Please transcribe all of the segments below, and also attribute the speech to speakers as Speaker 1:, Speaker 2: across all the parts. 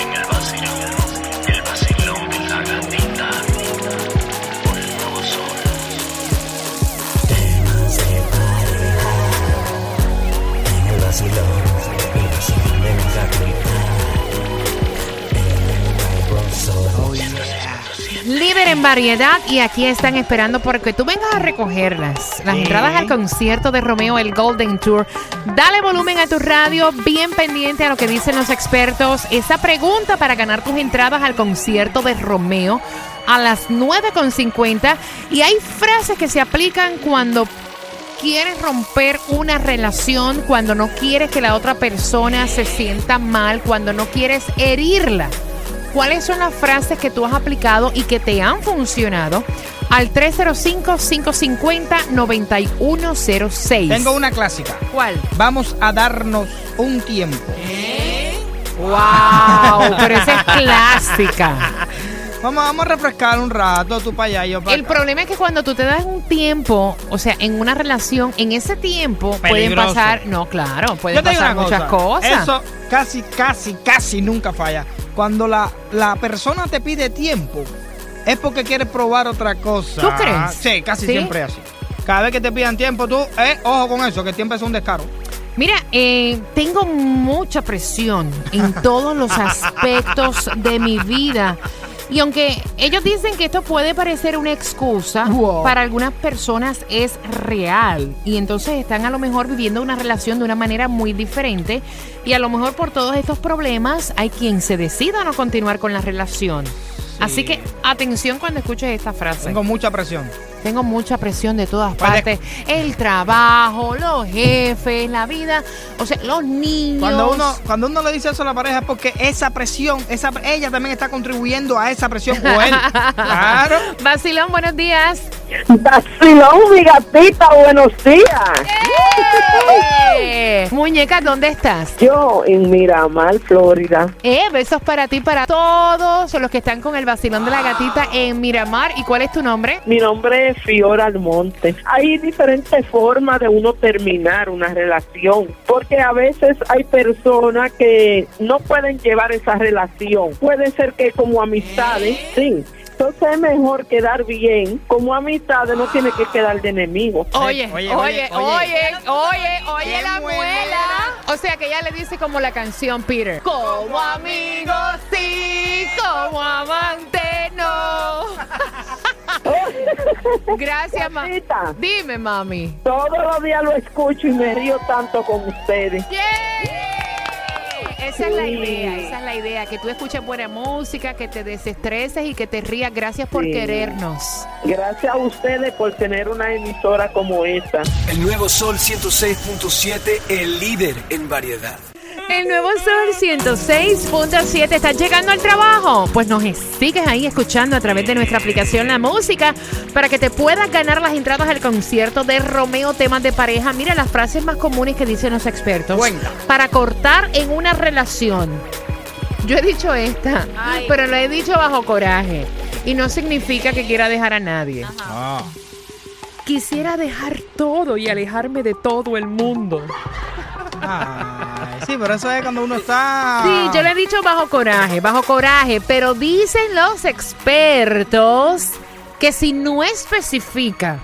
Speaker 1: En el vacilón. El vacilón de la gatita. Por el nuevo sol. Temas de pareja. En el vacilón. El vacilón de la gatita. En el nuevo sol.
Speaker 2: Líder en variedad y aquí están esperando porque tú vengas a recogerlas. Las entradas al concierto de Romeo el Golden Tour. Dale volumen a tu radio, bien pendiente a lo que dicen los expertos. Esa pregunta para ganar tus entradas al concierto de Romeo a las 9.50 y hay frases que se aplican cuando quieres romper una relación, cuando no quieres que la otra persona se sienta mal, cuando no quieres herirla. ¿Cuáles son las frases que tú has aplicado y que te han funcionado? Al 305-550-9106.
Speaker 3: Tengo una clásica.
Speaker 2: ¿Cuál?
Speaker 3: Vamos a darnos un tiempo.
Speaker 2: ¡Wow! Pero esa es clásica.
Speaker 3: Vamos, vamos a refrescar un rato, tú para allá, yo para
Speaker 2: El problema es que cuando tú te das un tiempo, o sea, en una relación, en ese tiempo pueden
Speaker 3: Peligroso.
Speaker 2: pasar. No, claro, pueden pasar muchas cosas.
Speaker 3: Eso casi, casi, casi nunca falla. Cuando la, la persona te pide tiempo, es porque quiere probar otra cosa.
Speaker 2: ¿Tú crees?
Speaker 3: Sí, casi
Speaker 2: ¿Sí?
Speaker 3: siempre es así. Cada vez que te pidan tiempo, tú, eh, ojo con eso, que el tiempo es un descaro.
Speaker 2: Mira, eh, tengo mucha presión en todos los aspectos de mi vida. Y aunque ellos dicen que esto puede parecer una excusa,
Speaker 3: Wow.
Speaker 2: para algunas personas es real. Y entonces están a lo mejor viviendo una relación de una manera muy diferente. Y a lo mejor por todos estos problemas hay quien se decida a no continuar con la relación. Así que atención cuando escuches esta frase.
Speaker 3: Tengo mucha presión.
Speaker 2: Tengo mucha presión de todas
Speaker 3: Pues,
Speaker 2: partes. El trabajo, los jefes, la vida, o sea, los niños.
Speaker 3: Cuando uno, cuando uno le dice eso a la pareja es porque esa presión, esa, ella también está contribuyendo a esa presión o él. Claro.
Speaker 2: Basilón, buenos días.
Speaker 4: Vacilón, mi gatita, buenos días.
Speaker 2: Eh, Muñeca, ¿dónde estás?
Speaker 4: Yo en Miramar, Florida.
Speaker 2: Eh, besos para ti, para todos los que están con el vacilón de la gatita en Miramar. ¿Y cuál es tu nombre?
Speaker 4: Mi nombre es Fiora Almonte. Hay diferentes formas de uno terminar una relación, porque a veces hay personas que no pueden llevar esa relación. Puede ser que como amistades, sí. Entonces es mejor quedar bien. Como amistades no tiene que quedar de enemigo.
Speaker 2: Oye, oye,
Speaker 3: Oye,
Speaker 2: oye,
Speaker 3: oye,
Speaker 2: oye, oye, oye
Speaker 3: Qué
Speaker 2: la
Speaker 3: buena.
Speaker 2: muela. O sea que ella le dice como la canción Peter. Como amigos sí, como amante no. Gracias, mami.
Speaker 4: Gatita,
Speaker 2: Dime, mami.
Speaker 4: todos los días lo escucho y me río tanto con ustedes.
Speaker 2: Yeah. Esa es la
Speaker 4: Sí.
Speaker 2: idea, esa es la idea, que tú escuches buena música, que te desestreses y que te rías. Gracias por
Speaker 4: Sí.
Speaker 2: querernos.
Speaker 4: Gracias a ustedes por tener una emisora como esta.
Speaker 5: El nuevo Sol 106.7, el líder en variedad.
Speaker 2: El nuevo Sol 106.7 está llegando al trabajo. Pues nos sigues ahí escuchando a través de nuestra aplicación La Música para que te puedas ganar las entradas al concierto de Romeo Temas de Pareja. Mira las frases más comunes que dicen los expertos.
Speaker 3: Cuenta.
Speaker 2: Para cortar en una relación. Yo he dicho esta, pero lo he dicho bajo coraje. Y no significa que quiera dejar a nadie.
Speaker 3: Ah.
Speaker 2: Quisiera dejar todo y alejarme de todo el mundo.
Speaker 3: Ay, sí, pero eso es cuando uno está.
Speaker 2: Sí, yo le he dicho bajo coraje, bajo coraje, pero dicen los expertos que si no especifica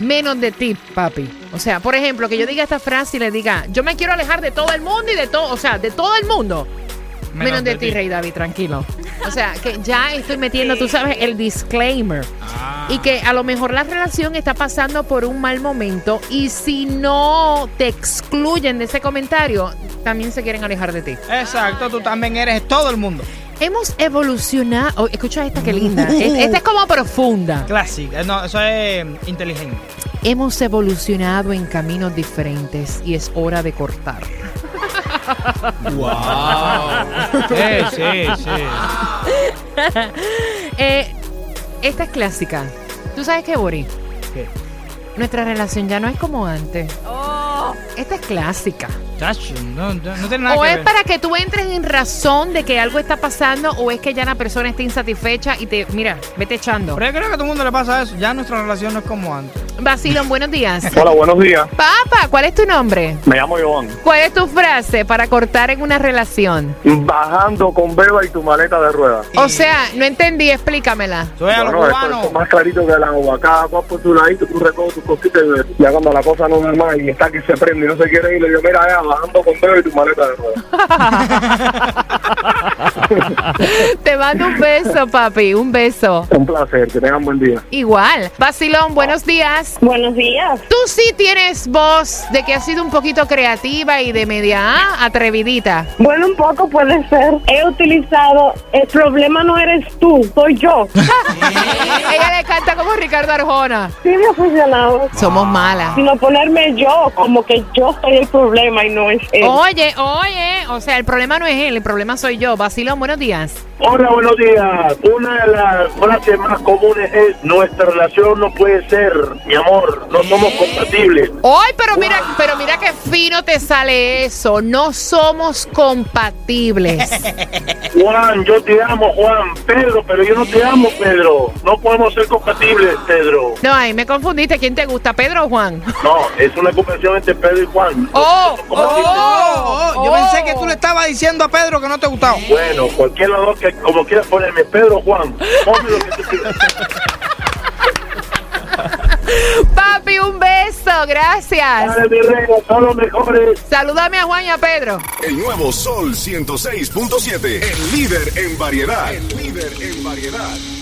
Speaker 2: menos de ti, papi. O sea, por ejemplo, que yo diga esta frase y le diga, yo me quiero alejar de todo el mundo y de todo, o sea, de todo el mundo. Menos, de, ti, Rey David, tranquilo. O sea, que ya estoy metiendo, tú sabes, el disclaimer. Y que a lo mejor la relación está pasando por un mal momento y si no te excluyen de ese comentario, también se quieren alejar de ti.
Speaker 3: Exacto, tú también eres todo el mundo.
Speaker 2: Hemos evolucionado. oh, escucha esta, qué linda. Es- Esta es como profunda.
Speaker 3: Clásica. eh, No, eso es mm, inteligente.
Speaker 2: Hemos evolucionado en caminos diferentes y es hora de cortar.
Speaker 3: Sí, sí, sí.
Speaker 2: Eh, esta es clásica. ¿Tú sabes qué, Bori? Nuestra relación ya no es como antes. Esta es clásica.
Speaker 3: Tacho, no, no, no tiene nada
Speaker 2: o
Speaker 3: que
Speaker 2: es
Speaker 3: ver.
Speaker 2: para que tú entres en razón de que algo está pasando o es que ya la persona está insatisfecha y te, mira, vete echando.
Speaker 3: Pero yo creo que a todo el mundo le pasa eso. Ya nuestra relación no es como antes.
Speaker 2: Basilón, buenos días.
Speaker 6: Hola, buenos días.
Speaker 2: Papa, ¿cuál es tu nombre?
Speaker 6: Me llamo Iván.
Speaker 2: ¿Cuál es tu frase para cortar en una relación?
Speaker 6: Bajando con beba y tu maleta de ruedas.
Speaker 2: O sea, no entendí, explícamela.
Speaker 3: Soy a los
Speaker 6: Bueno, esto- esto
Speaker 3: cubanos.
Speaker 6: es más clarito que el agua. Cada cual por su ladito, tú recoges tus cositas y ves. Ya cuando la cosa no es más y está que se prende y no se quiere ir, le digo, mira, vea, bajando con beba y tu maleta de ruedas.
Speaker 2: Te mando un beso, papi, un beso.
Speaker 6: Un placer, que tengan buen día.
Speaker 2: Igual. Basilón, buenos días.
Speaker 7: Buenos días.
Speaker 2: Tú sí tienes voz de que has sido un poquito creativa y de media ah, atrevidita.
Speaker 7: Bueno, un poco puede ser. He utilizado, el problema no eres tú, soy yo.
Speaker 2: Ella le canta como Ricardo Arjona.
Speaker 7: Sí me ha funcionado.
Speaker 2: Somos malas.
Speaker 7: Sino ponerme yo, como que yo soy el problema y no es él.
Speaker 2: Oye, oye, o sea, el problema no es él, el problema soy yo. Basilón, buenos días.
Speaker 8: Hola, buenos días. Una de las frases más comunes es nuestra relación no puede ser, mi amor, no somos compatibles.
Speaker 2: Hoy, pero mira, pero mira qué fino te sale eso. No somos compatibles.
Speaker 8: Juan, yo te amo, Juan. Pedro, pero yo no te amo, Pedro. No podemos ser compatibles, Pedro.
Speaker 2: No, ahí me confundiste. ¿Quién te gusta, Pedro o Juan?
Speaker 8: No, es una conversación entre Pedro y Juan.
Speaker 2: Oh, oh,
Speaker 3: Oh, oh, yo
Speaker 2: oh.
Speaker 3: pensé que tú le estabas diciendo a Pedro que no te gustaba.
Speaker 8: Bueno, cualquier lado que como quieras ponerme, Pedro o Juan, ponme lo que tú quieras.
Speaker 2: oh. Papi, un beso, gracias.
Speaker 8: Dale, mi reina, son los mejores.
Speaker 2: Salúdame a Juan y a Pedro.
Speaker 9: El nuevo Sol 106.7, el líder en variedad. El líder en variedad.